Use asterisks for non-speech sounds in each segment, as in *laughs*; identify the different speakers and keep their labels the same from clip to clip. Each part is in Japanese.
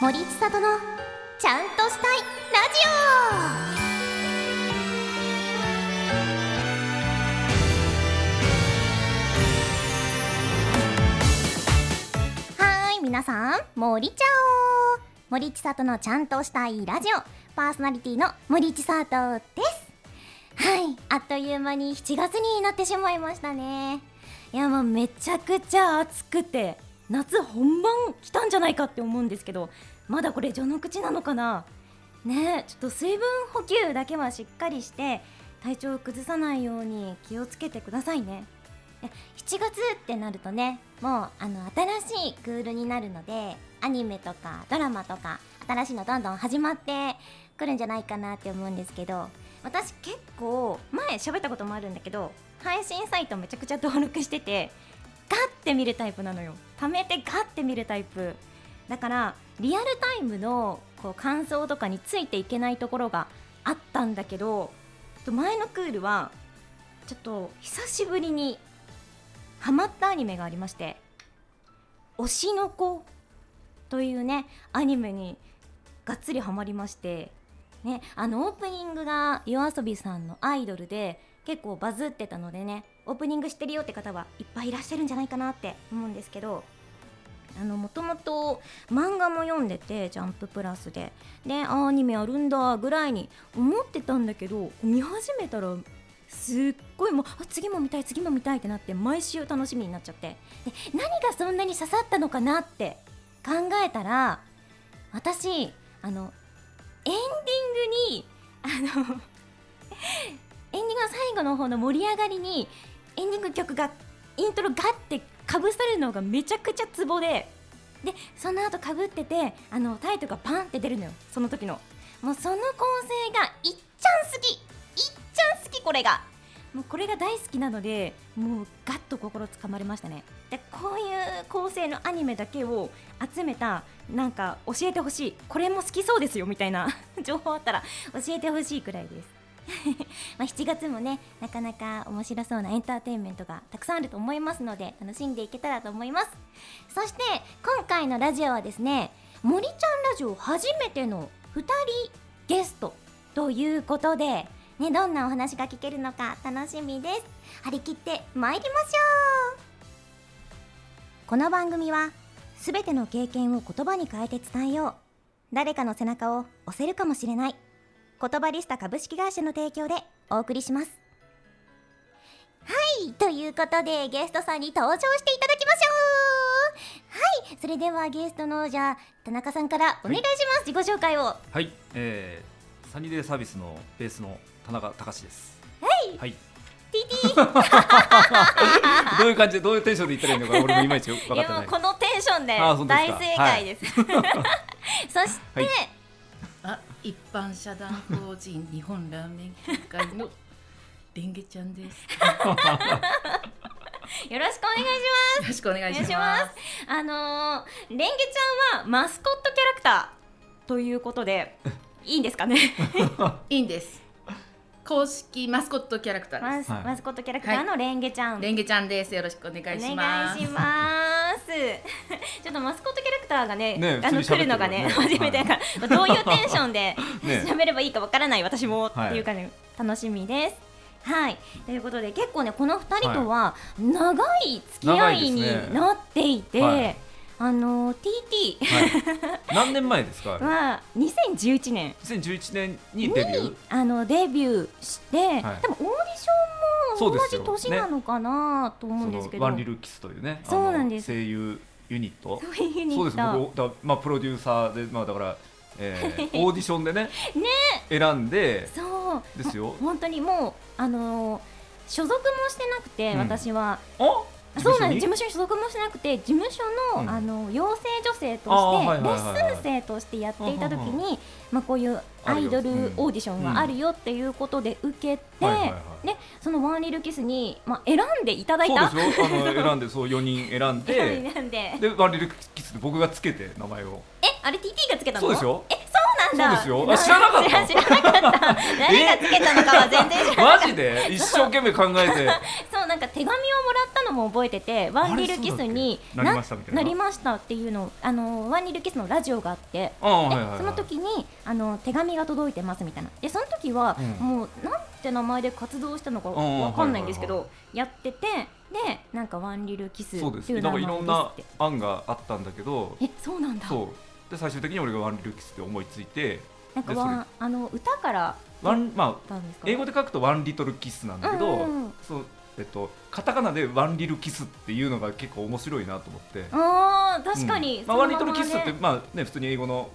Speaker 1: 森千里のちゃんとしたいラジオはーい皆さん森ちゃお森千里のちゃんとしたいラジオパーソナリティの森千里ですはいあっという間に7月になってしまいましたねいやもうめちゃくちゃ暑くて夏本番来たんじゃないかって思うんですけどまだこれ序の口なのかなねえちょっと水分補給だけはしっかりして体調を崩さないように気をつけてくださいねいや7月ってなるとねもうあの新しいクールになるのでアニメとかドラマとか新しいのどんどん始まってくるんじゃないかなって思うんですけど私結構前喋ったこともあるんだけど配信サイトめちゃくちゃ登録しててガッて見るタイプなのよ貯めてガッて見るタイプだからリアルタイムのこう感想とかについていけないところがあったんだけどちょっと前のクールはちょっと久しぶりにハマったアニメがありまして「推しの子」というねアニメにがっつりハマりまして、ね、あのオープニングが YOASOBI さんのアイドルで結構バズってたのでねオープニングしてるよって方はいっぱいいらっしゃるんじゃないかなって思うんですけどあのもともと漫画も読んでて「ジャンププラスで」であーアニメあるんだぐらいに思ってたんだけど見始めたらすっごいもうあ次も見たい次も見たいってなって毎週楽しみになっちゃってで何がそんなに刺さったのかなって考えたら私あのエンディングにあのエンディングの最後の方の盛り上がりにエンディング曲がイントロガッてかぶさるのがめちゃくちゃツボででその後かぶっててあのタイトルがパンって出るのよその時のもうその構成がいっちゃん好きいっちゃん好きこれがもうこれが大好きなのでもうガッと心つかまれましたねでこういう構成のアニメだけを集めたなんか教えてほしいこれも好きそうですよみたいな *laughs* 情報あったら教えてほしいくらいです *laughs* まあ7月もねなかなか面白そうなエンターテインメントがたくさんあると思いますので楽しんでいけたらと思いますそして今回のラジオはですね森ちゃんラジオ初めての2人ゲストということで、ね、どんなお話が聞けるのか楽しみです張り切って参りましょうこの番組はすべての経験を言葉に変えて伝えよう誰かの背中を押せるかもしれない言葉リスタ株式会社の提供でお送りしますはいということでゲストさんに登場していただきましょうはいそれではゲストのじゃあ田中さんからお願いします、自己紹介を
Speaker 2: はい、えー、サニーデイサービスのベースの田中隆です。はい。 *laughs* どういう感じでどういうテンションで言ったらいいのか俺もいまいちよく分かっ
Speaker 1: いや
Speaker 2: てな
Speaker 1: もう
Speaker 2: い。
Speaker 1: このテンションで
Speaker 2: あそうですか
Speaker 1: 大正解です、 *laughs* そして、
Speaker 2: はい
Speaker 3: あ一般社団法人日本ラーメン協会のレンゲちゃんです。
Speaker 1: よろしくお願いします
Speaker 3: よろしくお願いします。
Speaker 1: お願いしあのー、レンゲちゃんはマスコットキャラクターということでいいんですかね
Speaker 3: いいんです。公式マスコットキャラクターで
Speaker 1: マス,、
Speaker 2: はい
Speaker 1: マスコットキャラクターのレンゲちゃん、
Speaker 3: す。レンゲちゃんです。よろしくお願
Speaker 1: お願
Speaker 3: い
Speaker 1: い
Speaker 3: し
Speaker 1: し
Speaker 3: ま。
Speaker 1: ますす *laughs* ちょっとマスコットキャラクターがね
Speaker 2: ねえ
Speaker 1: あの
Speaker 2: 普通
Speaker 1: 来
Speaker 2: に
Speaker 1: るのがね
Speaker 2: 喋
Speaker 1: 初め
Speaker 2: ってるか
Speaker 1: て
Speaker 2: らね
Speaker 1: だから、どういうテンションで
Speaker 2: *laughs* ねえ
Speaker 1: 喋ればいいかわからない私もって
Speaker 2: はい
Speaker 1: いうかね、楽しみです。はいということで結構ねこの2人とは長い付き合い
Speaker 2: 長いです
Speaker 1: に
Speaker 2: ね
Speaker 1: なっていて、
Speaker 2: はい
Speaker 1: あの TT
Speaker 2: はい、何年前ですか。あれ
Speaker 1: は2011年
Speaker 2: 2011年にデビュ
Speaker 1: にあのデビューして、
Speaker 2: はい
Speaker 1: でもオーディショ
Speaker 2: そ
Speaker 1: ン
Speaker 2: う
Speaker 1: も
Speaker 2: で
Speaker 1: 同
Speaker 2: す
Speaker 1: じ
Speaker 2: よ
Speaker 1: 年なのかなと思うんです
Speaker 2: ー。
Speaker 1: けど、
Speaker 2: そのワンリルキスというね。あの
Speaker 1: そうなんです
Speaker 2: 声優ユニット。
Speaker 1: そういうユニ
Speaker 2: そうで
Speaker 1: ッ
Speaker 2: す。
Speaker 1: ト
Speaker 2: 僕だまあプロデューサーでまあだから、え
Speaker 1: *laughs*
Speaker 2: ー、オーディションでね
Speaker 1: ね
Speaker 2: 選んで
Speaker 1: そう
Speaker 2: ですよ。
Speaker 1: 本当にもうあのー所属もしてなくて、
Speaker 2: うん
Speaker 1: 私は
Speaker 2: あ
Speaker 1: そうなんです事務
Speaker 2: 事務
Speaker 1: 所に所属もしてなくて事務所の,、
Speaker 2: うん
Speaker 1: あの養成女性と
Speaker 2: あーはい
Speaker 1: し
Speaker 2: は
Speaker 1: てレッ
Speaker 2: いはいはい
Speaker 1: スン生としてやっていた時
Speaker 2: うんう
Speaker 1: にまあこういうアイドル
Speaker 2: あるようん
Speaker 1: オーディションがあるよっていうことで受けて、
Speaker 2: はいはいはい
Speaker 1: でそのワンリルキスにまあ選んでいただいた
Speaker 2: 所。そうですよ。あの選んでそう4人選
Speaker 1: *laughs*
Speaker 2: ん
Speaker 1: 選ん
Speaker 2: で
Speaker 1: でなんで *laughs*
Speaker 2: でワンリルキスで僕がつけて名前を。
Speaker 1: えあれ TT がつけたの
Speaker 2: そうですよ
Speaker 1: えそうんだ
Speaker 2: そうですよあ知らなかった
Speaker 1: *laughs* 知ら知らなかった
Speaker 2: *laughs*
Speaker 1: 誰がつけたのかは全然知らな
Speaker 2: マジで一生懸命考え
Speaker 1: *laughs*
Speaker 2: て
Speaker 1: そうなんか手紙をもらったのも覚えてて「ワンリルキスに
Speaker 2: あれそうだっけなりました
Speaker 1: なりました
Speaker 2: みたいな
Speaker 1: っていうのをあのワンリルキスのラジオがあって
Speaker 2: ああ
Speaker 1: で
Speaker 2: はいはいはい
Speaker 1: その時にあの手紙が届いてますみたいなでその時は、
Speaker 2: うん
Speaker 1: もうなんて名前で活動したのか
Speaker 2: うん
Speaker 1: わかんないんですけど、
Speaker 2: はいは
Speaker 1: やっててでなんか「ワンリルキス」ってい
Speaker 2: そう
Speaker 1: う
Speaker 2: です
Speaker 1: 名
Speaker 2: なんか
Speaker 1: 前
Speaker 2: い
Speaker 1: で
Speaker 2: ろん
Speaker 1: す
Speaker 2: な
Speaker 1: って
Speaker 2: 案があったんだけど
Speaker 1: えそうなんだ
Speaker 2: そうで最終的に俺がワンルキスって思いついて
Speaker 1: なんか
Speaker 2: でそれ
Speaker 1: わあの歌から
Speaker 2: ワンまあ
Speaker 1: だったんですか
Speaker 2: 英語で書くとワンリトルキスなんだけど、
Speaker 1: うんうん
Speaker 2: そうえっとカタカナでワンリルキスっていうのが結構面白いなと思って。
Speaker 1: あー確かに、
Speaker 2: うん
Speaker 1: そ
Speaker 2: まあ、
Speaker 1: の
Speaker 2: ワ
Speaker 1: ま
Speaker 2: ン
Speaker 1: ま
Speaker 2: リトルキスって、
Speaker 1: ね
Speaker 2: まあね、普通に英語の、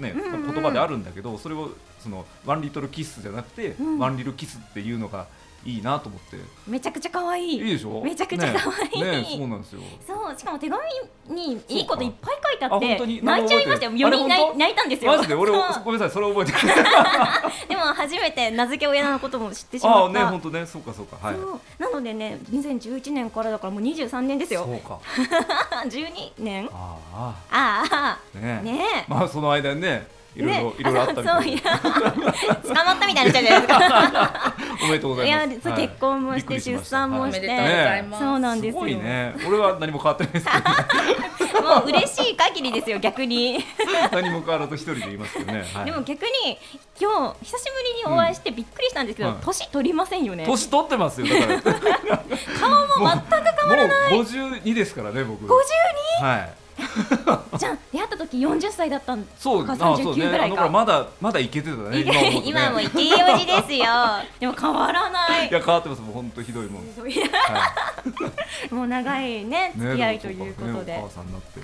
Speaker 2: ね
Speaker 1: うんうんうん
Speaker 2: 言葉であるんだけどそれをそのワンリトルキスじゃなくて、
Speaker 1: うん
Speaker 2: ワンリルキスっていうのがいいなと思って
Speaker 1: めちゃくちゃ可愛い
Speaker 2: いいでしょ
Speaker 1: めちゃくちゃ可愛い
Speaker 2: ねねそうなんですよ
Speaker 1: そうしかも手紙にいいこと
Speaker 2: そうか
Speaker 1: いっぱい書いてあ
Speaker 2: あ
Speaker 1: って
Speaker 2: 本当に
Speaker 1: 泣いちゃいましたよ
Speaker 2: あ
Speaker 1: 4
Speaker 2: れ
Speaker 1: 人泣
Speaker 2: 本
Speaker 1: い
Speaker 2: 当
Speaker 1: 泣いたんですよ
Speaker 2: マジで俺
Speaker 1: そう
Speaker 2: ごめんなさいそれ覚えて
Speaker 1: *laughs*
Speaker 2: ない
Speaker 1: でも初めて名付け親のことも知ってし
Speaker 2: あ
Speaker 1: ま
Speaker 2: あ
Speaker 1: っ
Speaker 2: ね
Speaker 1: た、
Speaker 2: 本当ねそうかそうかはい
Speaker 1: そうなのでね2011年からだからもう23年ですよ
Speaker 2: そうか
Speaker 1: 12年
Speaker 2: あ
Speaker 1: あ
Speaker 2: あね
Speaker 1: あねえ
Speaker 2: まあその間にねいろいろ
Speaker 1: ね
Speaker 2: いろいろあったみたい
Speaker 1: そうい
Speaker 2: で
Speaker 1: や捕まったみたいになっちゃうじゃないですか
Speaker 2: おめでとうござ
Speaker 1: い
Speaker 2: いま
Speaker 1: や
Speaker 2: す
Speaker 1: そう
Speaker 2: はい
Speaker 1: 結婚もして
Speaker 2: びっくりま
Speaker 1: 出産も
Speaker 2: は
Speaker 3: お
Speaker 2: い
Speaker 3: めでとう
Speaker 1: し
Speaker 3: ご
Speaker 1: て
Speaker 3: ざいます。
Speaker 1: そうなんです
Speaker 2: す
Speaker 1: よ
Speaker 2: ごいね俺は何も変わってないですけ
Speaker 1: *laughs*
Speaker 2: ど
Speaker 1: もう嬉しい限りですよ逆に、
Speaker 2: 何も変わらず一人で言いますけどねはい
Speaker 1: でも逆に今日久しぶりにお会いしてびっくりしたんですけど、
Speaker 2: うんはい
Speaker 1: 年取りませんよね
Speaker 2: 年取ってますよだから
Speaker 1: *laughs* 顔も全く
Speaker 2: もう五十二ですからね、僕。
Speaker 1: 52
Speaker 2: はい。
Speaker 1: じゃん出会った時40歳だったん
Speaker 2: そう、
Speaker 1: か
Speaker 2: あ、そうね、
Speaker 1: 39ぐら
Speaker 2: あ
Speaker 1: い
Speaker 2: の
Speaker 1: か
Speaker 2: 頃まだ、まだいけてたね。
Speaker 1: いけ
Speaker 2: 思うとね
Speaker 1: 今もイケオジですよ *laughs* でも変わらない
Speaker 2: いや、変わってます、もう本当ひどいも
Speaker 1: *laughs*
Speaker 2: ん。はい
Speaker 1: いや *laughs* もう長いね
Speaker 2: ね
Speaker 1: 付き合いということで、
Speaker 2: ね
Speaker 1: ね
Speaker 2: お母さんに
Speaker 1: *laughs*
Speaker 2: なって。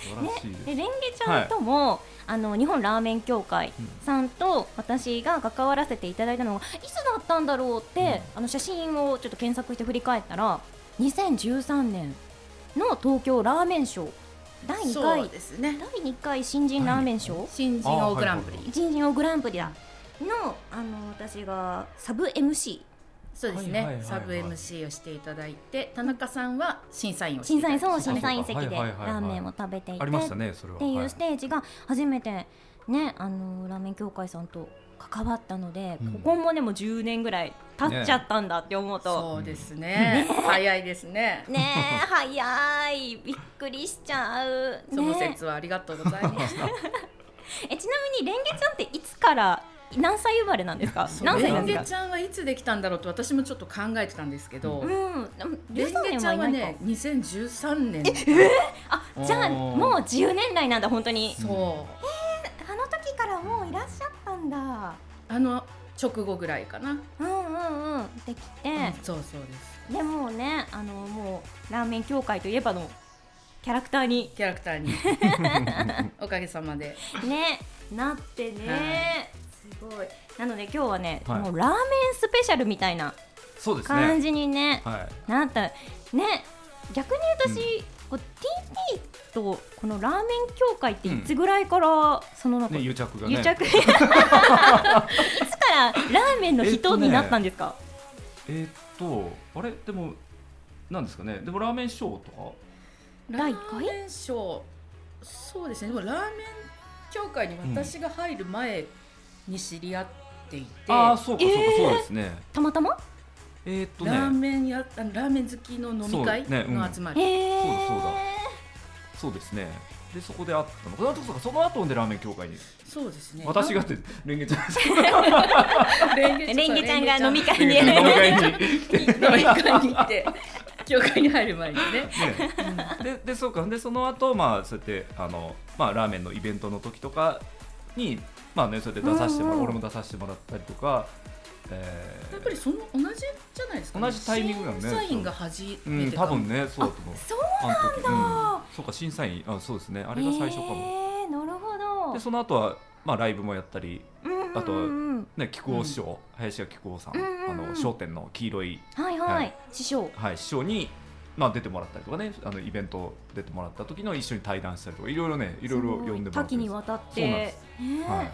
Speaker 2: 素晴らしいです。
Speaker 1: でレンゲちゃんとも、あの日本ラーメン協会さんと私が関わらせていただいたのがいつだったんだろうって、あの写真をちょっと検索して振り返ったら2013年の東京ラーメンショー第2
Speaker 3: そう
Speaker 1: 回
Speaker 3: ですね。
Speaker 1: 第2回新人ラーメンショー
Speaker 3: 新人王グランプリ
Speaker 2: あは。
Speaker 1: 新人王グランプリだのあの私がサブ MC
Speaker 3: そうです
Speaker 2: はいはい
Speaker 3: ね
Speaker 2: はいはい
Speaker 3: サブ MC をしていただいて田中さんは審査員をし
Speaker 1: 審
Speaker 3: ていた
Speaker 1: 査
Speaker 3: だい
Speaker 1: 員そ
Speaker 3: て
Speaker 1: う
Speaker 2: そうか
Speaker 1: 審査員席で
Speaker 2: はいはいはいはい
Speaker 1: ラーメンを食べていて
Speaker 2: ありましたね、それは。
Speaker 1: ってい
Speaker 2: は
Speaker 1: うステージが初めてねあのラーメン協会さんと関わったので、
Speaker 2: うん
Speaker 1: ここもねもう10年ぐらい経っちゃったんだって思うと。
Speaker 3: そうですね早いですね
Speaker 1: ねえ早いびっくりしちゃう、
Speaker 3: その
Speaker 1: ね
Speaker 3: 説はありがとうございました
Speaker 1: えちなみにレンゲちゃんっていつから何歳生まれなんですか
Speaker 3: そう
Speaker 1: 何歳な
Speaker 3: レ
Speaker 1: ん
Speaker 3: ン
Speaker 1: で
Speaker 3: ゲ
Speaker 1: すか
Speaker 3: ちゃんはいつできたんだろうと私もちょっと考えてたんですけど、
Speaker 1: うん
Speaker 3: レン
Speaker 1: 13
Speaker 3: ゲ
Speaker 1: 年
Speaker 3: ちゃ
Speaker 1: はい
Speaker 3: んは
Speaker 1: ないか、
Speaker 3: ね2013年
Speaker 1: あじゃあ
Speaker 2: あー
Speaker 1: もう10年来なんだ本当に
Speaker 3: そう
Speaker 1: あの時からもういらっしゃったんだ
Speaker 3: あの直後ぐらいかな、
Speaker 1: うんうんうんできて、
Speaker 3: そうそうです
Speaker 1: でもねあのもうラーメン協会といえばのキャラクターに
Speaker 3: キャラクターにおかげさまで
Speaker 1: ねなってね、すごいなので今日はね、
Speaker 2: はい。
Speaker 1: もうラーメンスペシャルみたいない
Speaker 2: そうです
Speaker 1: 感
Speaker 2: ね。
Speaker 1: じにね
Speaker 2: はい。
Speaker 1: なったね逆に私、こう TT とこのラーメン協会っていつぐらいから、そのなんか、
Speaker 2: ね、癒着がね。
Speaker 1: 癒着 *laughs* いつからラーメンの人になったんですか、
Speaker 2: えーっと、あれ、でも。なんですかね、でもラーメンショーとか。
Speaker 1: 第一
Speaker 3: ラ
Speaker 1: 回
Speaker 3: ーメンショーそうですねでもラーメン協会に私が入る前に知り合っていて、
Speaker 2: ああ、そうか、そうか、
Speaker 1: えー
Speaker 2: そうですね。
Speaker 1: たまたま
Speaker 2: えーっと
Speaker 3: ラ
Speaker 2: ね。
Speaker 3: ーメンやあのラーメン好きの飲み会
Speaker 2: そうねうん
Speaker 3: の集まり、
Speaker 1: えー、
Speaker 2: そうだそうだそうですね。で、そこで会ったのか、あそうかその後でラーメン協会に。
Speaker 3: そうですね
Speaker 2: 私がって、レンゲちゃん。
Speaker 3: あレンゲ
Speaker 1: レンゲちゃんが飲み
Speaker 3: 会
Speaker 1: 会
Speaker 2: レン
Speaker 1: で
Speaker 2: ゲちゃん飲み会に。
Speaker 3: 飲み会に行って協会に入る前にね
Speaker 2: ね、ででそうかでその後まあそうやってあの、まあ、ラーメンのイベントの時とかにまあねそうやって出させてもら
Speaker 1: うんうん
Speaker 2: 俺も出させてもらったりとか、えー
Speaker 3: やっぱりその同じじゃないですか、
Speaker 2: 同じタイミングだよね
Speaker 3: 審査員が初
Speaker 2: う
Speaker 3: め
Speaker 2: ん
Speaker 3: て
Speaker 2: 多
Speaker 3: かも
Speaker 2: 分ねそうだと思う
Speaker 1: *laughs* そう
Speaker 2: あの時
Speaker 1: なんだ
Speaker 2: うんそうか審査員あそうですねあれが最初かも、
Speaker 1: えー、なるほど
Speaker 2: でその後はまあライブもやったり
Speaker 1: うんうんうんうん
Speaker 2: あとね木久扇師匠、林家木久扇さん、
Speaker 1: うんうんうん
Speaker 2: あの商店の黄色い、
Speaker 1: はいはい、
Speaker 2: はい
Speaker 1: 師匠
Speaker 2: はい、師匠にまあ出てもらったりとかねあのイベント出てもらった時の一緒に対談したりとかいろいろねいろいろ呼んでもらっ
Speaker 1: 多
Speaker 2: てます
Speaker 1: 岐にわたっ
Speaker 2: そうなんで
Speaker 1: て
Speaker 2: す
Speaker 1: そ,、ねえ
Speaker 2: はい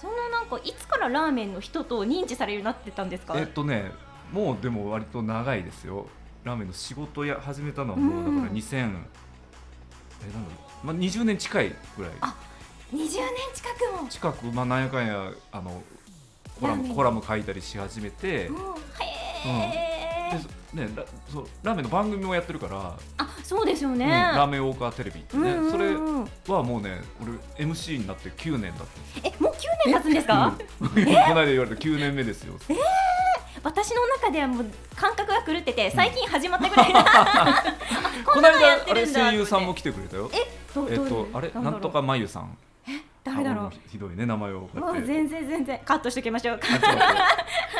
Speaker 1: そのなんかいつからラーメンの人と認知されるようになってたんですか
Speaker 2: えっとねもうでも割と長いですよラーメンの仕事や始めたのはもうだ
Speaker 1: うん
Speaker 2: から2000、えなんだろう、まあ、20年近いぐらい
Speaker 1: あ20年近くも
Speaker 2: 近く、まあ、なんやかんやあのコラ
Speaker 1: ラーメ
Speaker 2: ム
Speaker 1: ン
Speaker 2: コラム書いたりし始めて、で
Speaker 1: もうへえ、
Speaker 2: そね、ラそうラーメンの番組もやってるから、
Speaker 1: あそうですよね、
Speaker 2: うんラーメンウォーカーテレビってね、
Speaker 1: うんうんうん
Speaker 2: それはもうね俺 MC になって9年だって
Speaker 1: えもう9年経つんですか、
Speaker 2: うん *laughs* この間言われた9年目ですよ
Speaker 1: 私の中ではもう感覚が狂ってて最近始まった
Speaker 2: *laughs*
Speaker 1: ぐらいな、こんなのやって
Speaker 2: あれ
Speaker 1: るんだ
Speaker 2: 声優さんも来てくれたよ
Speaker 1: どう
Speaker 2: えっ
Speaker 1: ど
Speaker 2: と
Speaker 1: う
Speaker 2: あれ
Speaker 1: だろう
Speaker 2: なんとかまゆさん
Speaker 1: 誰だろう
Speaker 2: あごめんひどいね名前をこうや
Speaker 1: も
Speaker 2: って
Speaker 1: う全然全然カットしておきましょうか *laughs*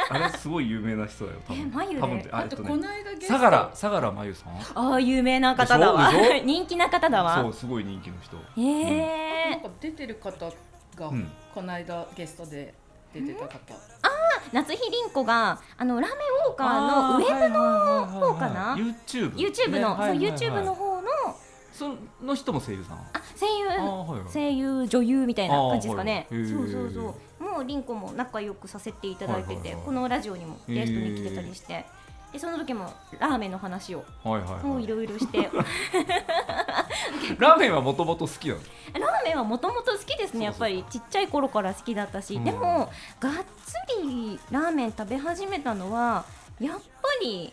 Speaker 2: あちょっと待ってあれすごい有名な人だよ多分
Speaker 1: えまゆで
Speaker 2: 多分ってあ
Speaker 3: あ
Speaker 2: えっ
Speaker 3: と
Speaker 2: と
Speaker 3: こ
Speaker 2: ね
Speaker 3: の間ゲスト
Speaker 2: 相良相良まゆさん
Speaker 1: ああ有名な方だわ
Speaker 2: でしょで
Speaker 1: *laughs*
Speaker 2: し
Speaker 1: 人気な方だ
Speaker 2: そ
Speaker 1: わ
Speaker 2: うすごい人気の人
Speaker 1: へえ
Speaker 3: なんか出てる方が、
Speaker 2: うん
Speaker 3: この間ゲストで出てた方、
Speaker 1: 夏日凛子があのラーメンウォーカーの
Speaker 2: あ
Speaker 1: ウェブ
Speaker 2: ーの
Speaker 1: 方かな
Speaker 2: YouTube
Speaker 1: YouTube の、
Speaker 2: ねはいはいはい
Speaker 1: そう YouTube の方の
Speaker 2: その人も声優さん
Speaker 1: あ声
Speaker 2: あー
Speaker 1: 優
Speaker 2: はいはい
Speaker 1: 声優女優みたいな感じですかね
Speaker 2: あーはいはい
Speaker 1: そうそ
Speaker 2: へ
Speaker 1: う
Speaker 2: ー
Speaker 1: そうもう凛子も仲良くさせていただいてて、
Speaker 2: はいはいはい
Speaker 1: このラジオにもゲストに来てたりして、でその時もラーメンの話を
Speaker 2: はいはい
Speaker 1: も
Speaker 2: は
Speaker 1: う
Speaker 2: い
Speaker 1: いろいろ
Speaker 2: *laughs*
Speaker 1: してラー
Speaker 2: ラーメンはもともと好きなの
Speaker 1: メンはもともと好きですねやっぱりちっちゃい頃から好きだったし、
Speaker 2: うん
Speaker 1: でもがっつりラーメン食べ始めたのはやっぱり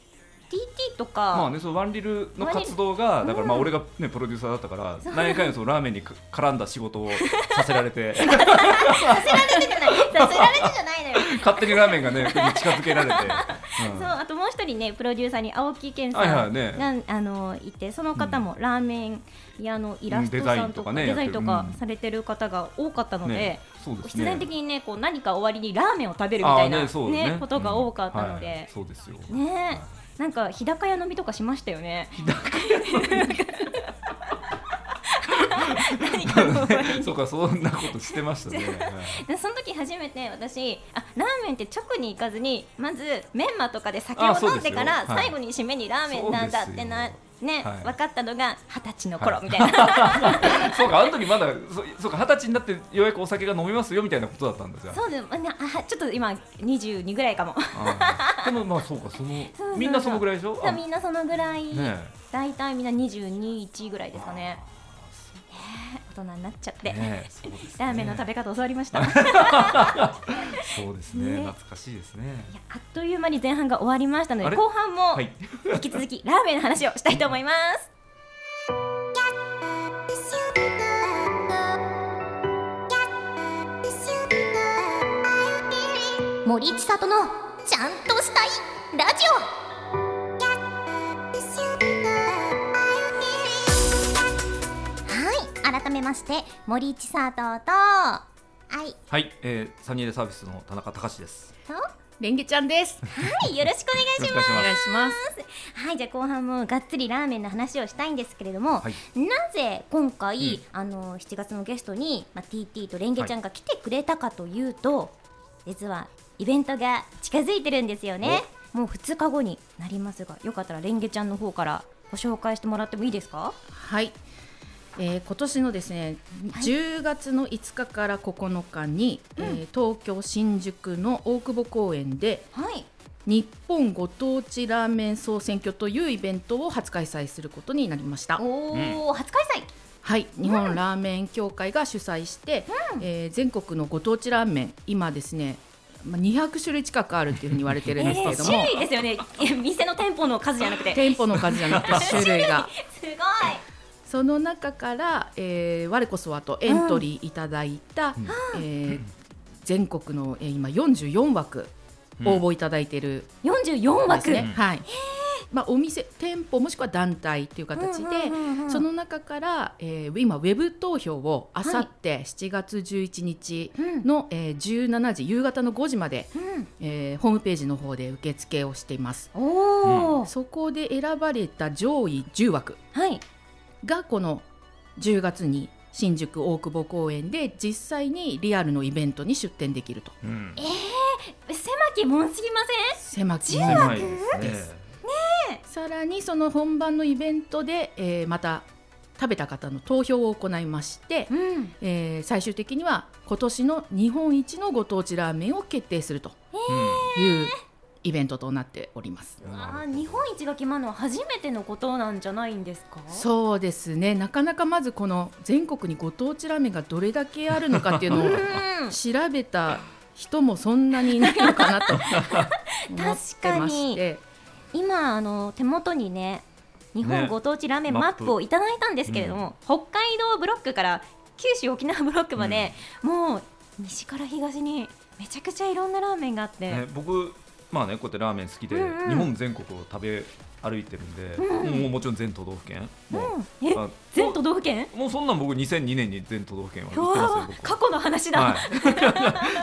Speaker 1: TT とか、
Speaker 2: まあねそのワンリルの活動
Speaker 1: ンリ
Speaker 2: が
Speaker 1: ル
Speaker 2: だからまあ
Speaker 1: うん
Speaker 2: 俺がねプロデューサーだったから
Speaker 1: そう
Speaker 2: 何回もそのラーメンにか絡んだ仕事をさせられて *laughs*
Speaker 1: させられてじゃないさせられてじゃないのよ
Speaker 2: 勝手にラーメンがね近づけられてうん
Speaker 1: そうあともう一人ねプロデューサーに青木健さん
Speaker 2: は
Speaker 1: が、
Speaker 2: いはいね
Speaker 1: あのいてその方もラーメン屋のイラストさんとか、
Speaker 2: うんデザインとかね
Speaker 1: デザインと
Speaker 2: やっ
Speaker 1: か
Speaker 2: てるうん
Speaker 1: されてる方が多かったので。
Speaker 2: ねそうです
Speaker 1: 必
Speaker 2: ね
Speaker 1: 然的にねこう何か終わりにラーメンを食べるみたい
Speaker 2: あ
Speaker 1: な、
Speaker 2: ー
Speaker 1: ね
Speaker 2: ねそうね
Speaker 1: ことが多かったの
Speaker 2: うんはい
Speaker 1: で、
Speaker 2: そ
Speaker 1: *laughs*
Speaker 2: うですよ
Speaker 1: ねなんか日高屋飲みとかしましたよね。 *laughs* 何かの終わりに
Speaker 2: そうかそんなことしてましたねはい
Speaker 1: でその時初めて私あラーメンって直に行かずにまずメンマとかで酒
Speaker 2: あそう
Speaker 1: を飲
Speaker 2: で
Speaker 1: ん
Speaker 2: すよ
Speaker 1: でから
Speaker 2: はい
Speaker 1: 最後に締めにラーメンなんだってな
Speaker 2: そうで。
Speaker 1: ね
Speaker 2: はい
Speaker 1: 分かったのが二十歳の
Speaker 2: は
Speaker 1: 頃
Speaker 2: い
Speaker 1: みたい
Speaker 2: *laughs*
Speaker 1: な、
Speaker 2: そうかあの時まだそそうか二十歳になってようやくお酒が飲みますよみたいなことだったんですよ
Speaker 1: そうですまあなあちょっと今22ぐらいかも
Speaker 2: あーでもまあそうかその
Speaker 1: そうそう
Speaker 2: みんなそのぐらいでしょあ
Speaker 1: みんなそのぐらい、
Speaker 2: ね
Speaker 1: 大体みんな221ぐらいですかね
Speaker 2: あ
Speaker 1: 大人になっちゃっ
Speaker 2: ー
Speaker 1: て、
Speaker 2: ねそうですね
Speaker 1: ラーメンの食べ方教わりましたい
Speaker 2: そうですね
Speaker 1: ね
Speaker 2: 懐かしいですね
Speaker 1: やあっという間に前半が終わりましたの
Speaker 2: あ
Speaker 1: で
Speaker 2: れ
Speaker 1: 後半も
Speaker 2: はい
Speaker 1: 引き続きラーメンの話をしたいと思います森千里のちゃんとしたいラジオはい改めまして森千里とはい
Speaker 2: はい、えー、サニーレサービスの田中隆です
Speaker 1: と
Speaker 3: レンゲちゃんです。
Speaker 1: はいよろしくお願いします
Speaker 2: よろしくお
Speaker 3: お
Speaker 2: 願
Speaker 3: 願
Speaker 2: い
Speaker 3: い
Speaker 2: し
Speaker 3: します。
Speaker 1: はいじゃあ後半もがっつりラーメンの話をしたいんですけれども、
Speaker 2: はい
Speaker 1: なぜ今回、
Speaker 2: うん
Speaker 1: あの7月のゲストに、まあ、TT とレンゲちゃんが来てくれたかというと、実はイベントが近づいてるんですよねもう2日後になりますがよかったらレンゲちゃんの方からご紹介してもらってもいいですか
Speaker 3: はい。えー、今年のですね、
Speaker 1: はい
Speaker 3: 10月の5日から9日に、えー東京新宿の大久保公園で
Speaker 1: はい
Speaker 3: 日本ご当地ラーメン総選挙というイベントを初開催することになりました。
Speaker 1: おお、初開催
Speaker 3: はい、日本ラーメン協会が主催して、えー全国のご当地ラーメン今ですね、まあ、200種類近くあるっていうふうに言われてるんですけれども、
Speaker 1: 種類ですよね店の店舗の数じゃなくて
Speaker 3: 店舗の数じゃなくて種類が。
Speaker 1: すごい
Speaker 3: その中から、えー我こそはとエントリーいただいた、えー全国の、えー、今44枠応募いただいてる
Speaker 1: 44
Speaker 3: んです
Speaker 1: 枠、
Speaker 3: ね。はい。まあお店店舗もしくは団体っていう形で、
Speaker 1: うんうんうんうん
Speaker 3: その中から、えー今ウェブ投票をあさって7月11日の、えー17時夕方の5時まで、
Speaker 1: うん
Speaker 3: えーホームページの方で受付をしています。
Speaker 1: おお、
Speaker 3: そこで選ばれた上位10枠。
Speaker 1: はい
Speaker 3: がこの10月に新宿大久保公園で実際にリアルのイベントに出店できると
Speaker 2: うん、
Speaker 1: 狭きもんすぎません
Speaker 3: 狭き門
Speaker 2: 狭いですね
Speaker 3: さらにその本番のイベントで、えーまた食べた方の投票を行いまして、
Speaker 1: うん、
Speaker 3: えー最終的には今年の日本一のご当地ラーメンを決定すると
Speaker 2: うん
Speaker 3: いうイベントとなっております。
Speaker 1: あー日本一が決まるのは初めてのことなんじゃないんですか
Speaker 3: そうですねなかなかまずこの全国にご当地ラーメンがどれだけあるのかっていうのを
Speaker 1: うん
Speaker 3: 調べた人もそんなにいないのかなと思ってまして
Speaker 1: 今あの手元にね日本
Speaker 2: ね
Speaker 1: ご当地ラーメンマ
Speaker 2: マ
Speaker 1: ッ
Speaker 2: ップ
Speaker 1: プをいただいたんですけれども、北海道ブロックから九州沖縄ブロックまで、もう西から東にめちゃくちゃいろんなラーメンがあって、
Speaker 2: ね、僕まあねこうやってラーメン好きで、
Speaker 1: うんうん
Speaker 2: 日本全国を食べ歩いてるんで、
Speaker 1: うん
Speaker 2: もうもちろん全都道府県、も
Speaker 1: うん、え
Speaker 2: うあ
Speaker 1: 全都道府県
Speaker 2: もうそんなん僕2002年に全都道府県は
Speaker 1: う
Speaker 2: 行ってますよ
Speaker 1: わー
Speaker 2: 僕
Speaker 1: 過去の話だ、
Speaker 2: は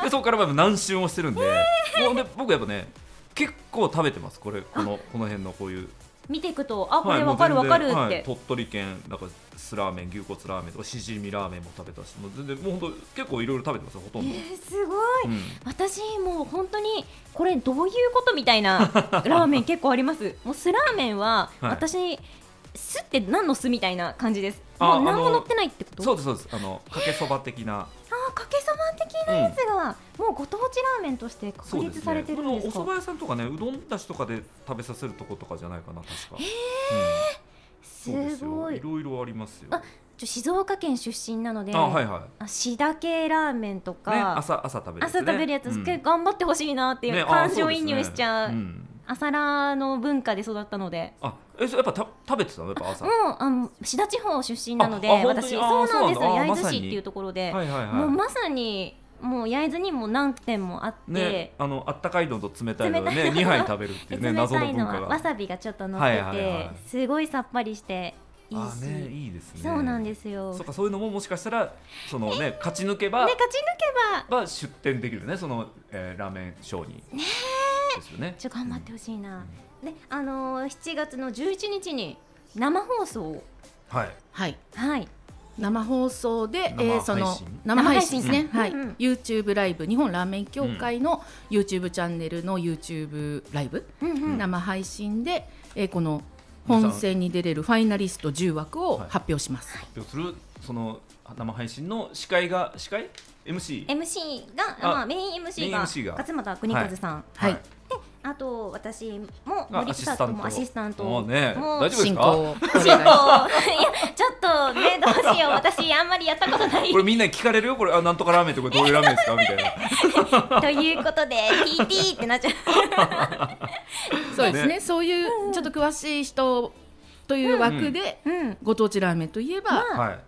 Speaker 2: い、でそこからもう何周もしてるんで,、もうで僕やっぱね結構食べてますこれこのこの辺のこういう
Speaker 1: 見ていくとあこ
Speaker 2: はい
Speaker 1: れわかる
Speaker 2: も
Speaker 1: わ
Speaker 2: う
Speaker 1: か
Speaker 2: 全
Speaker 1: る
Speaker 2: 然
Speaker 1: って、
Speaker 2: はい鳥取県なんか酢ラーメン牛骨ラーメンとかしじみラーメンも食べたしもう全然もう本当結構いろいろ食べてますよほと
Speaker 1: え
Speaker 2: んど、
Speaker 1: ーすごい
Speaker 2: うん
Speaker 1: 私もう本当にこれどういうことみたい
Speaker 2: *laughs*
Speaker 1: なラーメン結構ありますもう酢ラーメンは
Speaker 2: はい
Speaker 1: 私、酢って何の酢みたいな感じです
Speaker 2: あ
Speaker 1: もう何も
Speaker 2: あの
Speaker 1: 乗ってないってこと
Speaker 2: そうですそうですあのかけそば的な
Speaker 1: あーかけそば的なやつが、もうご当地ラーメンとして確
Speaker 2: そう
Speaker 1: 立されてるんです
Speaker 2: ね、こ
Speaker 1: か
Speaker 2: のお蕎麦屋さんとかねうどんだしとかで食べさせるとことかじゃないかな確かへ
Speaker 1: す
Speaker 2: す
Speaker 1: ごい
Speaker 2: よいろいろありますよ
Speaker 1: あちょ静岡県出身なので
Speaker 2: あはいはい
Speaker 1: あしだけラーメンとか、
Speaker 2: ね、朝朝食べるやつ、
Speaker 1: 朝
Speaker 2: ね、
Speaker 1: 食べるやつ、
Speaker 2: うん
Speaker 1: 結構頑張ってほしいなっていう
Speaker 2: ねあ
Speaker 1: 感
Speaker 2: そ
Speaker 1: 情
Speaker 2: うです
Speaker 1: 移
Speaker 2: ね
Speaker 1: 入しちゃう
Speaker 2: うん
Speaker 1: 朝ラーの文化で育ったので
Speaker 2: あえそれやっぱた食べてたのやっぱ朝、
Speaker 1: もうあの志田地方出身なので
Speaker 2: ああ本当に
Speaker 1: 私
Speaker 2: あ
Speaker 1: そうなんです
Speaker 2: そうなんだあ
Speaker 1: 焼津
Speaker 2: ま
Speaker 1: 市
Speaker 2: さ
Speaker 1: っ
Speaker 2: に
Speaker 1: ていうところで、
Speaker 2: はいはいはい
Speaker 1: もうまさにもう焼津にも何店もあって、
Speaker 2: ね、あのあったかいのと冷たいので
Speaker 1: 冷たい
Speaker 2: ね2杯食べるって
Speaker 1: で
Speaker 2: い
Speaker 1: *laughs*
Speaker 2: うね
Speaker 1: 冷た
Speaker 2: 謎の
Speaker 1: いの
Speaker 2: 文化
Speaker 1: は
Speaker 2: が
Speaker 1: わさびがちょっと乗ってて、
Speaker 2: はいはいはい
Speaker 1: すごいさっぱりしていい
Speaker 2: あ
Speaker 1: し、
Speaker 2: ねいいですね
Speaker 1: そうなんですよ
Speaker 2: そ
Speaker 1: で
Speaker 2: うかそういうのももしかしたらそのね勝ち抜けば、
Speaker 1: 勝ち抜けば
Speaker 2: ば出店できるねその、えーラーメンショーにねですよね
Speaker 1: ちょっと頑張ってほしいな、であのー7月の11日に生放送
Speaker 2: はい
Speaker 3: はい
Speaker 1: はい
Speaker 3: 生放送で、
Speaker 2: 生
Speaker 3: えーその
Speaker 2: 配信
Speaker 3: 生配信ですね、
Speaker 1: 生
Speaker 3: は
Speaker 1: 配
Speaker 3: い
Speaker 1: 信うんうん
Speaker 3: YouTube ライブ日本ラーメン協会の YouTube チャンネルの YouTube ライブ、
Speaker 1: うんうん
Speaker 3: 生配信で、えーこの本戦に出れるファイナリスト10枠を発表します、
Speaker 2: 発表するその生配信の司会が司会 MC
Speaker 1: MC が
Speaker 2: あ
Speaker 1: まあ、メイン MC が
Speaker 2: メイン MC が
Speaker 1: 勝俣邦和さん、
Speaker 3: はい
Speaker 1: あと私も
Speaker 2: が
Speaker 1: 森下ともアシスタント
Speaker 2: もうね
Speaker 1: もう
Speaker 2: 大丈夫で
Speaker 3: 進
Speaker 2: す
Speaker 3: 行を
Speaker 2: か
Speaker 3: お願いし
Speaker 1: ちょっとい
Speaker 3: ま
Speaker 1: やちょっとねどうしよう私あんまりやったことない
Speaker 2: これみんなに聞かれるよこれあなんとかラーメンってこれどういうラーメンですかみたい
Speaker 1: *laughs*
Speaker 2: な
Speaker 1: ということで TT ってなっちゃう
Speaker 2: *laughs*
Speaker 3: すそうですね
Speaker 2: ね
Speaker 3: そういうちょっと詳しい人という枠で、
Speaker 1: うん
Speaker 3: ご当地ラーメンといえば、
Speaker 1: まあ
Speaker 2: はい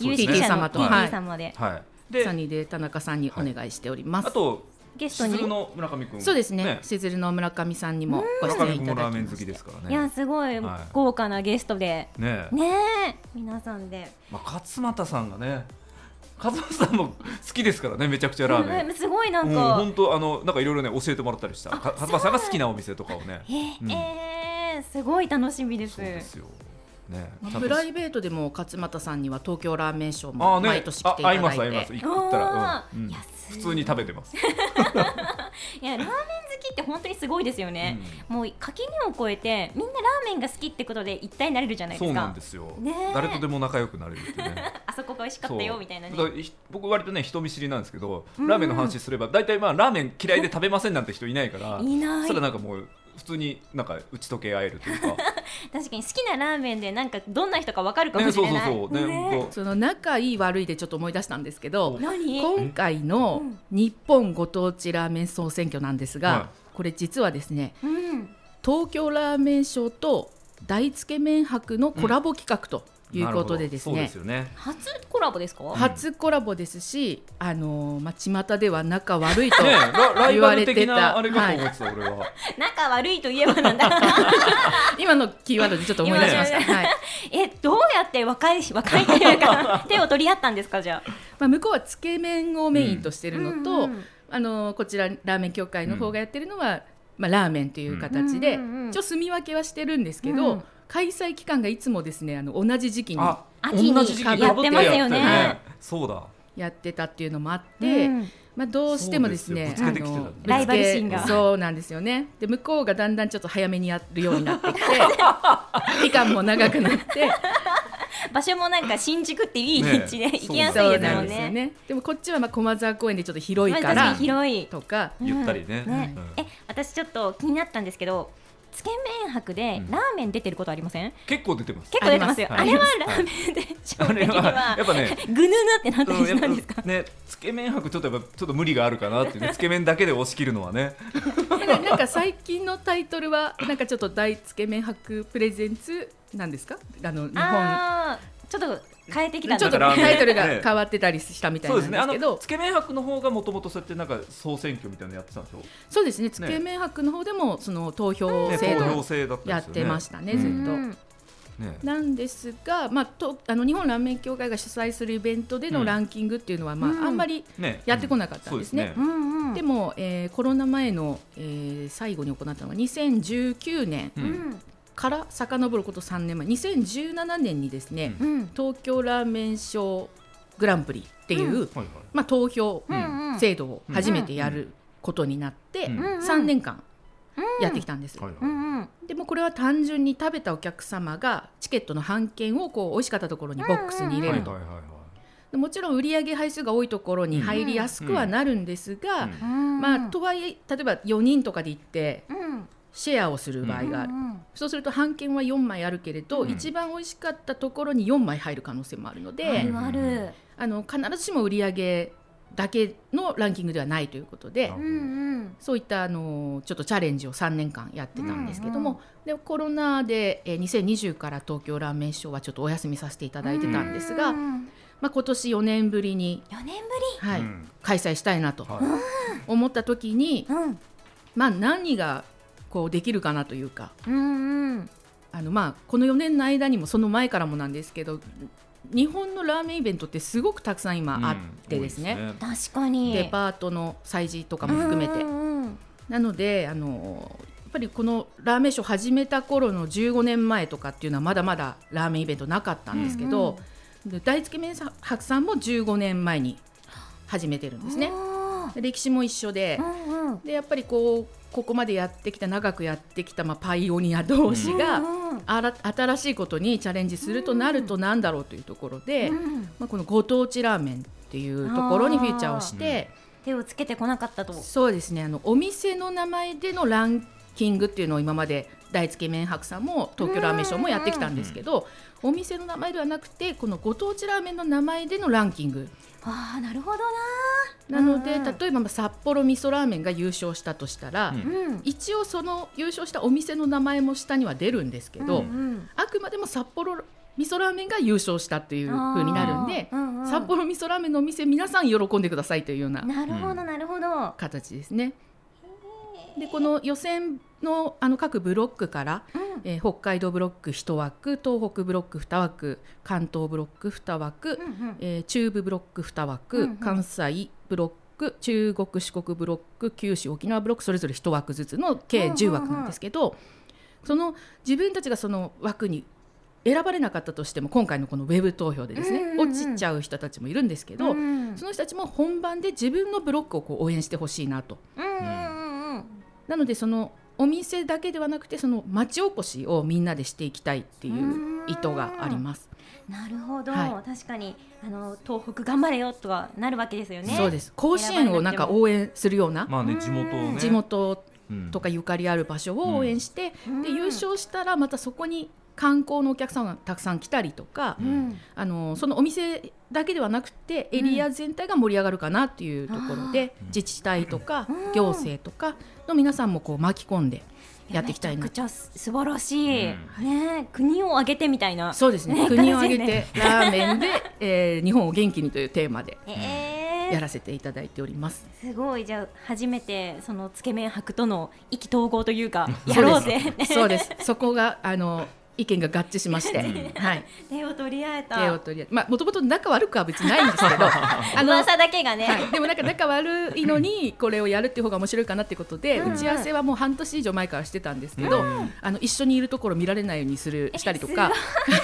Speaker 1: 有識
Speaker 3: TT
Speaker 1: 者の
Speaker 3: 様とは
Speaker 1: TT
Speaker 3: い
Speaker 1: 様で、
Speaker 2: はい
Speaker 3: サ
Speaker 2: で
Speaker 3: ニーで田中さんにお願いしております、
Speaker 2: あと
Speaker 1: ゲスト
Speaker 2: しず
Speaker 1: に
Speaker 2: るの村上君
Speaker 3: そうですねしずるの村上さんにもご出
Speaker 2: 村
Speaker 3: 演
Speaker 2: 上
Speaker 3: い
Speaker 2: 君
Speaker 3: た
Speaker 2: も
Speaker 3: だ
Speaker 2: ラ
Speaker 3: き
Speaker 2: ーメン
Speaker 3: ま
Speaker 2: 好
Speaker 3: し
Speaker 2: き
Speaker 3: た
Speaker 2: ですか
Speaker 1: い
Speaker 2: ら
Speaker 1: や
Speaker 2: ね
Speaker 1: すごい
Speaker 2: はい
Speaker 1: 豪華なゲストで、
Speaker 2: ねえ
Speaker 1: ねえ皆さんで、
Speaker 2: まあ勝俣さんがね勝俣さんも好きですからねめちゃくちゃラーメン
Speaker 1: うんすごいな
Speaker 2: うんん
Speaker 1: か、
Speaker 2: 本当あのなんかいろいろね教えてもらったりしたか勝俣さんが好きなお店とかをね
Speaker 1: えー
Speaker 2: うん
Speaker 1: えーすごい楽しみです
Speaker 2: そうですよねちゃん
Speaker 3: プ
Speaker 2: と
Speaker 3: ライベートでも勝俣さんには東京ラーメンショー
Speaker 2: あ
Speaker 3: も
Speaker 2: あね
Speaker 3: 毎年来ていただい
Speaker 2: あ合います合い
Speaker 3: て
Speaker 2: ます行ったら
Speaker 1: おー
Speaker 2: うんうん
Speaker 1: いやす
Speaker 2: 普通に食べてます
Speaker 1: いやラーメン好きって本当にすごいですよね、もう垣根を越えてみんなラーメンが好きってことで一体になれるじゃないで
Speaker 2: そ
Speaker 1: す
Speaker 2: う
Speaker 1: か
Speaker 2: なんですよ
Speaker 1: ねえ
Speaker 2: 誰とでも仲良くなれるっていうね
Speaker 1: *laughs* あそこが美味しかったよみたいなね
Speaker 2: そうだからひ僕割とね人見知りなんですけど、
Speaker 1: うん
Speaker 2: ラーメンの話すれば大体まあラーメン嫌いで食べませんなんて人いないから
Speaker 1: いな
Speaker 2: そ
Speaker 1: い
Speaker 2: したらなんかもう普通になんか打ち解け合えるというか、
Speaker 1: 確かに好きなラーメンでなんかどんな人かわかるかも
Speaker 2: ね、
Speaker 1: し
Speaker 2: そう
Speaker 1: れ
Speaker 2: そう
Speaker 1: ない
Speaker 2: そうね
Speaker 1: ね
Speaker 2: 本
Speaker 3: その仲いい悪いでちょっと思い出したんですけど
Speaker 1: 何
Speaker 3: 今回の日本ご当地ラーメン総選挙なんですが、
Speaker 2: はい
Speaker 3: これ実はですね
Speaker 1: うん
Speaker 3: 東京ラーメンショーと大つけ麺博のコラボ企画と
Speaker 2: 当
Speaker 3: いうことでです
Speaker 2: なる
Speaker 3: ね
Speaker 2: ほどそうです、よね
Speaker 1: 初コラボですか
Speaker 3: 初コラボですし、あのーまあ、巷では仲悪いと
Speaker 2: ねラライバル的
Speaker 3: 言われてた
Speaker 2: なあれかと思ってた、俺は
Speaker 1: 仲悪いといえばなんだ
Speaker 3: *laughs* 今のキーワードでちょっと思い出しました、
Speaker 1: 今
Speaker 3: はい
Speaker 1: えどうやって若いし若いっていうか手を取り合ったんですかじゃあ
Speaker 3: まあ、向こうはつけ麺をメインとしてるのと、
Speaker 1: うんうんうん
Speaker 3: あのーこちらラーメン協会の方がやってるのは、まあ、ラーメンという形で、
Speaker 1: うんうんうん
Speaker 3: 一応住み分けはしてるんですけど、
Speaker 1: うん
Speaker 3: 開催期間がいつもですねあの同じ時期に
Speaker 2: あ
Speaker 1: 秋に
Speaker 2: 同じ時期に被
Speaker 1: やってますよね
Speaker 2: やったそうだ
Speaker 3: やってたっていうのもあって、
Speaker 1: うん
Speaker 3: まあ、どうしてもですね
Speaker 2: そうですよぶつけてきてたんだね
Speaker 3: あの
Speaker 1: ライバル心が
Speaker 3: そうなんですよねで向こうがだんだんちょっと早めにやるようになってきて期間も長くなって
Speaker 4: 場所もなんか新宿っていい立地で
Speaker 2: ね
Speaker 4: 行きやすい
Speaker 3: そう
Speaker 4: です
Speaker 3: な
Speaker 4: も
Speaker 3: ん
Speaker 4: ん
Speaker 3: ですよ
Speaker 4: ね。
Speaker 3: ね。でもこっちはまあ駒沢公園でちょっと広い
Speaker 4: まあ
Speaker 3: か
Speaker 4: 確からに広い。
Speaker 3: とか、
Speaker 4: うん
Speaker 2: ゆったりね
Speaker 4: ね
Speaker 2: うん
Speaker 4: え、私ちょっと気になったんですけど、つけ麺博で
Speaker 2: うん
Speaker 4: ラーメン出てることありません？
Speaker 2: 結構出てます
Speaker 4: 結構出てますよ。あ
Speaker 2: あり
Speaker 4: れは
Speaker 2: ます
Speaker 4: ラーメンで基
Speaker 2: あ
Speaker 4: 本
Speaker 2: れ
Speaker 4: 的に
Speaker 2: は
Speaker 4: は
Speaker 2: やっぱね
Speaker 4: *laughs*
Speaker 1: *laughs*
Speaker 4: ぐぬぬってなった
Speaker 2: う
Speaker 4: り
Speaker 2: ん
Speaker 4: し
Speaker 2: やったぱ
Speaker 4: んですか。
Speaker 2: ねつけ麺博ちょっとやっぱちょっと無理があるかなっていうねつけ麺だけで押し切るのはね
Speaker 3: だからなんか最近のタイトルはなんかちょっと大つけ麺博プレゼンツなんですか？あの日本
Speaker 4: ああ、ちょっと変えてきたん
Speaker 3: ちょ
Speaker 4: だ
Speaker 3: っと
Speaker 2: なんかラーメン
Speaker 3: タイトル
Speaker 2: ね
Speaker 3: が変わってたりしたみたい
Speaker 2: そう
Speaker 3: な
Speaker 2: で
Speaker 3: んですす
Speaker 2: ねあ
Speaker 3: けど
Speaker 2: の、つけ麺博の方がもともとそうやってなんか総選挙みたいなのやってたんでしょ
Speaker 3: そうですね。つけ麺博の方でもその投票
Speaker 2: ね
Speaker 3: 制
Speaker 2: 投票
Speaker 3: 度
Speaker 2: 制だったんですよね
Speaker 3: やってましたね
Speaker 2: うん
Speaker 3: ずっ
Speaker 2: う
Speaker 3: と。
Speaker 4: うん
Speaker 2: ね
Speaker 3: なんですが、まあ、とあの日本ラーメン協会が主催するイベントで
Speaker 2: う
Speaker 3: の
Speaker 2: ん
Speaker 3: ランキングっていうのは、まあ
Speaker 1: うん
Speaker 3: あんまり
Speaker 2: ね
Speaker 3: やってこなかったんですね
Speaker 2: そう
Speaker 1: うんうん
Speaker 3: でも、えーコロナ前の、えー最後に行ったのが2019年
Speaker 2: うん
Speaker 1: うん
Speaker 3: から遡ること3年前2017年にですね、
Speaker 2: う
Speaker 1: うん
Speaker 3: 東京ラーメン賞グランプリってい
Speaker 2: はい
Speaker 3: う、
Speaker 2: はい
Speaker 3: まあ、投票
Speaker 1: うんうん
Speaker 3: 制度を初めてやることになって、
Speaker 2: うん
Speaker 1: うん
Speaker 3: 3年間やってきたんです。
Speaker 2: はいは
Speaker 1: う
Speaker 2: い
Speaker 1: んうん
Speaker 3: でもこれは単純に食べたお客様がチケットの半券をこう美味しかったところにボックスに入れ
Speaker 2: はい
Speaker 3: る
Speaker 2: はい
Speaker 3: と、
Speaker 2: はいはい
Speaker 3: でもちろん売上配数が多いところに入りやすくはなるんですが、
Speaker 2: うん
Speaker 1: うん
Speaker 3: まあ、とはいえ例えば4人とかで行って
Speaker 1: うん
Speaker 3: シェアをする場合がある、
Speaker 1: うん
Speaker 3: そうすると半券は4枚あるけれど、
Speaker 2: うん
Speaker 3: 一番美味しかったところに4枚入る可能性もあるので、
Speaker 1: うんあ
Speaker 2: い
Speaker 1: るある
Speaker 3: あの必ずしも売上だけのランキングではないということで
Speaker 2: なるほど
Speaker 1: うんうん
Speaker 3: そういったあのちょっとチャレンジを3年間やってたんですけども、
Speaker 1: うん
Speaker 3: でコロナでえー2020から東京ラーメンショーはちょっとお休みさせていただいてたんですが、
Speaker 1: うん
Speaker 3: まあ、今年4年ぶりに、
Speaker 1: 四年ぶ
Speaker 3: はい
Speaker 2: うん
Speaker 3: 開催したいなと
Speaker 2: はい
Speaker 3: 思った時
Speaker 1: り
Speaker 3: に、
Speaker 1: うん
Speaker 3: まあ、何がこうできるかなというか
Speaker 1: うんうん
Speaker 3: あの、まあ、この4年の間にもその前からもなんですけど日本のラーメンイベントってすごくたくさん今あってですね,、
Speaker 2: うん多い
Speaker 1: 確かに
Speaker 3: デパートの催事とかも含めて。
Speaker 1: うんうん
Speaker 3: なのであのやっぱりこのラーメンショー始めた頃の15年前とかっていうのはまだまだラーメンイベントなかったんですけど、で大つけ麺博さんも15年前に始めてるんですね。
Speaker 1: あ
Speaker 3: 歴史も一緒で
Speaker 1: ーうんうん
Speaker 3: でやっぱりこうここまでやってきた長くやってきた、まあ、パイオニア同士
Speaker 1: う
Speaker 3: が、
Speaker 1: んうん
Speaker 3: あら新しいことにチャレンジするとなるとなんだろうというところで、
Speaker 1: うん
Speaker 3: まあ、このご当地ラーメンっていうところにフィーチャーをして。
Speaker 4: 手をつけてこなかったと。
Speaker 3: そうですねあのお店の名前でのランキングっていうのを今まで大つけ麺博さんも東京ラーメンショーもやってきたんですけど、お店の名前ではなくてこのご当地ラーメンの名前でのランキング
Speaker 1: あーなるほど
Speaker 3: なので、
Speaker 1: うんうん
Speaker 3: 例えばまあ札幌味噌ラーメンが優勝したとしたら、
Speaker 2: うん
Speaker 1: なうん
Speaker 3: 一応その優勝したお店の名前も下には出るんですけど、
Speaker 1: うんうん
Speaker 3: あくまでも札幌味噌ラーメンが優勝したというふうになるんで
Speaker 1: あー、うんうん
Speaker 3: 札幌味噌ラーメンのお店皆さん喜んでくださいというような
Speaker 1: なるほ
Speaker 2: う
Speaker 1: どなるほど
Speaker 3: 形ですね。でこの予選のあの各ブロックから、
Speaker 1: うん
Speaker 3: えー北海道ブロック1枠東北ブロック2枠関東ブロック2枠、
Speaker 1: うんうん
Speaker 3: えー中部ブロック2枠、
Speaker 1: うんうん
Speaker 3: 関西ブロック中国四国ブロック九州沖縄ブロックそれぞれ1枠ずつの計10枠なんですけど、その自分たちがその枠に選ばれなかったとしても今回のこのウェブ投票でです
Speaker 1: う
Speaker 3: ね、
Speaker 1: んうんうん
Speaker 3: 落ちちゃう人たちもいるんですけど、
Speaker 1: うん
Speaker 3: その人たちも本番で自分のブロックをこう応援してほしいなと。
Speaker 1: うんうんうん
Speaker 3: なのでそのお店だけではなくてその町おこしをみんなでしていきたいっていう意図があります。
Speaker 4: なるほど
Speaker 3: は
Speaker 4: 確かにあの東北頑張れよとはなるわけですよね。
Speaker 3: そうです。甲子園をなんか応援するような
Speaker 2: まあね地元をね
Speaker 3: 地元
Speaker 2: うん
Speaker 3: とかゆかりある場所を応援して、
Speaker 1: うん
Speaker 3: で優勝したらまたそこに観光のお客さんがたくさん来たりとか、
Speaker 2: う
Speaker 1: うんん
Speaker 3: あのそのお店だけではなくてエリア全体が盛り上がるかなっていうところで、
Speaker 2: うん
Speaker 3: 自治体とか
Speaker 1: うん
Speaker 3: 行政とかの皆さんもこう巻き込んでやっていきたい
Speaker 4: め
Speaker 3: な
Speaker 4: ちゃくちゃす素晴らしい、
Speaker 2: う
Speaker 4: ねえ国を挙げてみたいな。
Speaker 3: そうですね
Speaker 4: ね
Speaker 3: 国を挙げ
Speaker 4: 感じで
Speaker 3: てラーメンで、えー日本を元気にというテーマで
Speaker 4: え
Speaker 3: や
Speaker 4: ー、
Speaker 3: らせていただいております。
Speaker 4: すごいじゃあ初めてそのつけ麺博との意気投合という
Speaker 3: *laughs*
Speaker 4: か
Speaker 3: そうです
Speaker 4: やろうぜ
Speaker 3: そうです。そこがあの意見が合致しまして、はい。
Speaker 4: 手を取り合え
Speaker 3: 手を
Speaker 4: た
Speaker 3: 取り合ってまあ元々仲悪くは別にないんですけど、あの。
Speaker 4: 噂だけがね、
Speaker 3: はい、でもなんか仲悪いのにこれをやるっていう方が面白いかなってことで、
Speaker 1: うん
Speaker 3: 打ち合わせはもう半年以上前からしてたんですけど、あの一緒にいるところ見られないようにするしたりとか *laughs* す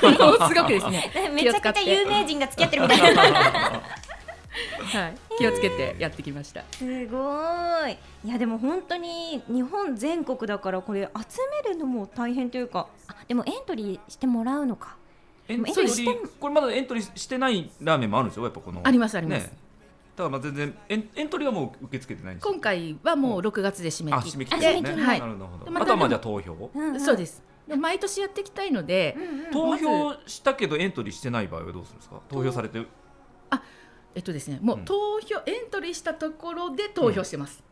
Speaker 3: ごくですね
Speaker 4: *laughs*
Speaker 1: *laughs*
Speaker 4: め
Speaker 3: 気
Speaker 4: ち
Speaker 3: を
Speaker 4: ゃ
Speaker 3: 使
Speaker 4: く
Speaker 3: っ
Speaker 4: ち
Speaker 3: て
Speaker 4: ゃ有名人が付き合ってるみたいな
Speaker 3: はい、気をつけてやってきました。
Speaker 4: *laughs* すごいいやでも本当に日本全国だからこれ集めるのも大変というか
Speaker 1: あでもエントリーしてもらうのか
Speaker 2: エン
Speaker 4: もうエン
Speaker 2: ト
Speaker 4: ト
Speaker 2: リ
Speaker 4: リ
Speaker 2: ー
Speaker 4: ー
Speaker 2: これまだエントリーしてないラーメンもあるんですよやっぱこの
Speaker 3: ありますあります
Speaker 2: ねだからまあ全然エンエントリーはもう受け付けてないんですよ
Speaker 3: 今回はもう6月で締め
Speaker 2: あ
Speaker 3: 切
Speaker 2: 締め
Speaker 3: っ
Speaker 2: 切っ
Speaker 3: て
Speaker 1: あ
Speaker 2: て
Speaker 1: 締め切
Speaker 2: ね
Speaker 1: り
Speaker 3: はい
Speaker 2: なるほ
Speaker 3: で
Speaker 2: ど
Speaker 3: ま
Speaker 2: あ
Speaker 3: た
Speaker 2: とはまあじゃあ投票
Speaker 1: うんん
Speaker 3: そうですで毎年やっていきたいので
Speaker 1: う、んうん
Speaker 2: 投票したけどエントリーしてない場合はどうするんですか投票されて
Speaker 3: えっとですねもううん投票、エントリーしたところで投票してます、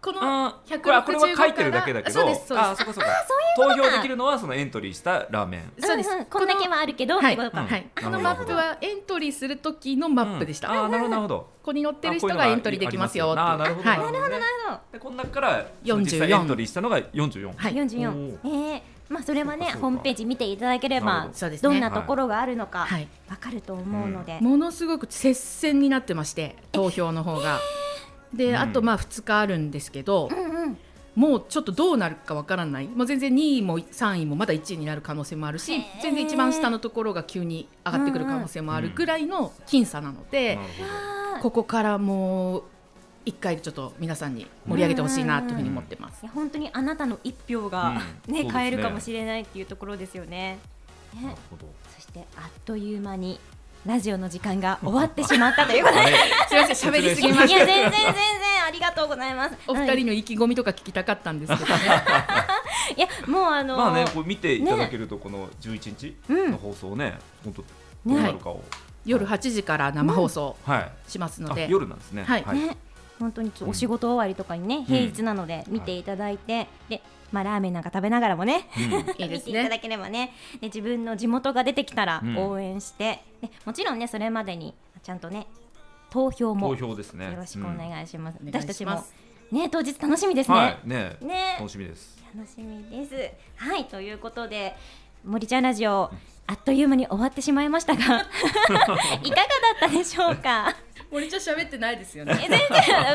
Speaker 3: この
Speaker 2: あー
Speaker 3: 165
Speaker 2: これはこれは書いてるだけだけど
Speaker 3: そうですそうです
Speaker 2: あーそうかそうか投票できるのはそのエントリーしたラーメン
Speaker 3: そうです、
Speaker 1: うんうん
Speaker 4: こんだけ
Speaker 3: は
Speaker 4: はあるけど、
Speaker 3: はい
Speaker 4: ってことか
Speaker 3: はい、
Speaker 2: うん
Speaker 3: このマップはエントリーする時のマップでした、
Speaker 2: うんあーなるほどなるほど
Speaker 3: ここに載ってる人がエントリーできますよっていう
Speaker 2: あこういうのがありま
Speaker 3: は
Speaker 2: す
Speaker 3: い
Speaker 2: よななるほど、なるほどね。でこの中からその実際
Speaker 3: 44
Speaker 2: エントリーしたのが44。
Speaker 3: はい
Speaker 1: 44
Speaker 2: お
Speaker 1: ええまあそれはね
Speaker 2: そうかそうか
Speaker 1: ホームページ見ていただけれ
Speaker 2: なるほ
Speaker 1: ば
Speaker 2: ど
Speaker 3: そうですね
Speaker 1: どんなところがあるのか
Speaker 3: はい
Speaker 1: わかると思うので、
Speaker 3: ものすごく接戦になってまして投票の方が。であとまあ2日あるんですけど、
Speaker 1: うんうん
Speaker 3: もうちょっとどうなるかわからない、もう全然2位も3位もまだ1位になる可能性もある
Speaker 1: へ
Speaker 3: し
Speaker 1: ー
Speaker 3: 全然一番下のところが急に上がってくる可能性もあるぐらいの僅差なので、
Speaker 2: なるほど
Speaker 1: あー
Speaker 3: ここからもう1回ちょっと皆さんに盛り上げてほしいなというふうに思ってます。
Speaker 4: いや本当にあなたの一票が、
Speaker 2: うんそう
Speaker 4: ね
Speaker 2: ですね
Speaker 4: 変えるかもしれないっていうところですよね。
Speaker 2: な
Speaker 1: ね
Speaker 2: るほど。
Speaker 4: そしてあっという間にラジオの時間が終わってしまったということで。
Speaker 2: あれ
Speaker 3: すみません喋りす
Speaker 1: い
Speaker 3: ぎ
Speaker 1: や
Speaker 3: ま
Speaker 1: 全
Speaker 3: し
Speaker 1: 然
Speaker 3: た。
Speaker 1: 全然ありがとうございます。
Speaker 3: お二人の意気込みとか聞きたかったんですけどね。
Speaker 2: *laughs*
Speaker 1: うんいやもうあのー
Speaker 2: まあね、こう見ていただけるとこの11日
Speaker 1: うん
Speaker 2: の放送ね、本当どうなるかを。
Speaker 3: 夜8時から生放送
Speaker 2: はい。
Speaker 3: しますの
Speaker 2: あ
Speaker 3: で、
Speaker 2: 夜なんですね。
Speaker 3: はい
Speaker 1: ね、本当にちょっとお仕事終わりとかにね、平日なので見ていただいて、で、まあ、ラーメンなんか食べながらもね、
Speaker 2: うん
Speaker 3: いいですね
Speaker 1: 見ていただければねで自分の地元が出てきたら
Speaker 2: うん
Speaker 1: 応援して、でもちろんねそれまでにちゃんとね投票も
Speaker 2: 投
Speaker 1: よ
Speaker 2: 票ですね。
Speaker 1: ろしくお
Speaker 2: うん
Speaker 1: 願いします、
Speaker 3: うん
Speaker 1: 私たち
Speaker 3: お願
Speaker 1: も
Speaker 3: いし
Speaker 1: ね当日楽しみですね、
Speaker 2: はい。ね、
Speaker 1: ね
Speaker 2: 楽しみです。
Speaker 1: 楽しみですはいということで森ちゃんラジオあっという間に終わってしまいましたがいかがだったでしょうか
Speaker 3: 森ちゃん喋ってないですよね。
Speaker 1: え全然私は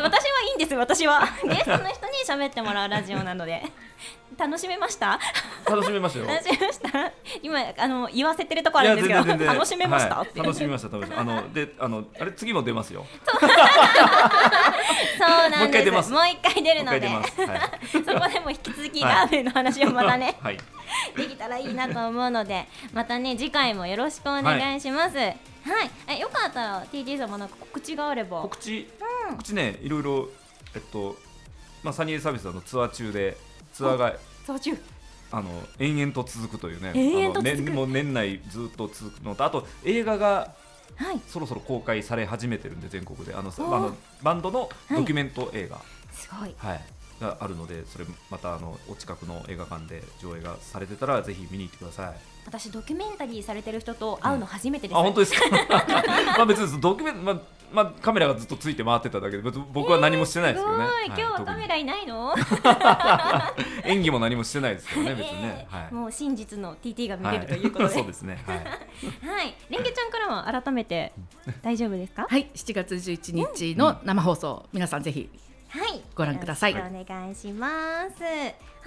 Speaker 1: いいんです私はゲストの人に喋ってもらうラジオなので楽しめました
Speaker 2: 楽しみましたよ。
Speaker 1: 楽しめました今あの言わせてるとこあるんですけど楽しめました、
Speaker 2: はい
Speaker 1: っていう
Speaker 2: 楽しみました。楽しみました。あので、あのあれ次も出ますよ。
Speaker 1: そうなんです
Speaker 2: もう一回出ます
Speaker 1: もう一回出るの
Speaker 2: もう一回
Speaker 1: で
Speaker 2: 出ます。はい
Speaker 1: *laughs* そこでも引き続き
Speaker 2: はい
Speaker 1: ラーメンの話をまたね、
Speaker 2: はい。
Speaker 1: できたらいいなと思うのでまたね次回もよろしくお願いしますはい、えよかったら TT 様なんか告知があれば
Speaker 2: 告知、告知ね、いろいろえっと、まあサニーデイサービスのツアー中でツアーが
Speaker 1: 操中
Speaker 2: あの延々と続くというね、
Speaker 1: 延々と続く
Speaker 2: あの年もう年内ずっと続くのと、あと映画が
Speaker 1: はい
Speaker 2: そろそろ公開され始めてるんで、全国で、あのさ
Speaker 1: おー
Speaker 2: あのバンドのドキュメント映画、
Speaker 1: すごい
Speaker 2: はいがあるので、それまたあのお近くの映画館で上映がされてたら、ぜひ見に行ってください。
Speaker 1: 私ドキュメンタリーされてる人と会うの初めてです、
Speaker 2: あ本当ですか *laughs* まあ別にドキュメント、まあまあ、カメラがずっとついて回ってただけで別に僕は何もしてないですす
Speaker 1: ご
Speaker 2: け
Speaker 1: い、
Speaker 2: どね、
Speaker 1: 今日はカメラいないの、
Speaker 2: 特に演技も何もしてないですけどね別にね、はい
Speaker 1: もう真実の TT が見
Speaker 2: はい *laughs*
Speaker 1: れるということで、
Speaker 2: そう
Speaker 1: はい、
Speaker 2: ですね、はい、
Speaker 1: レンゲちゃんからは改めて大丈夫ですか？
Speaker 3: はい、7月11日の生放送、皆さんぜひ
Speaker 1: はい、
Speaker 3: ご覧ください
Speaker 1: よろしくお願いします。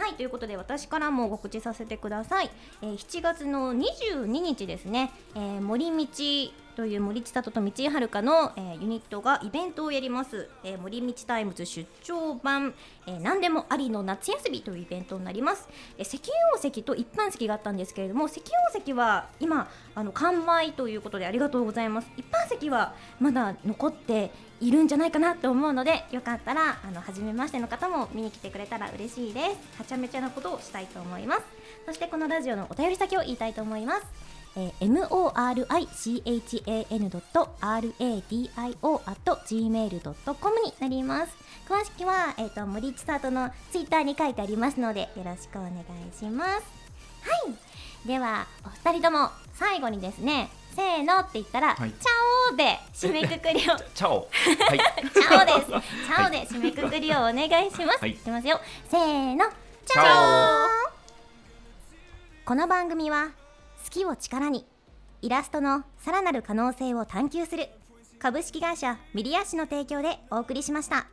Speaker 1: はい、ということで私からも告知させてください。えー、7月の22日ですね、えー、森道という森千里と道井遥の、えーユニットがイベントをやります、えー森道タイムズ出張版、えー何でもありの夏休みというイベントになります、えー、石油王石と一般石があったんですけれども石油王石は今あの完売ということでありがとうございます一般石はまだ残っているんじゃないかなと思うのでよかったらあの初めましての方も見に来てくれたら嬉しいですはちゃめちゃなことをしたいと思いますそしてこのラジオのお便り先を言いたいと思いますえー、morichan.radio.gmail.com になります詳しくは、えー、と森千里のツイッターに書いてありますのでよろしくお願いしますはいではお二人とも最後にですねせーのって言ったら「
Speaker 2: はい
Speaker 1: チャオ」で締めくくりを
Speaker 2: *laughs* チャオ、はい、
Speaker 1: チャオです。チャオで締めくくりをお願いします。
Speaker 2: はい
Speaker 1: いきますよ。せーの。チ
Speaker 2: チ
Speaker 1: ャ
Speaker 2: ャ
Speaker 1: オ
Speaker 2: オ
Speaker 1: この番組は好きを力にイラストのさらなる可能性を探求する株式会社ミリアッシュの提供でお送りしました。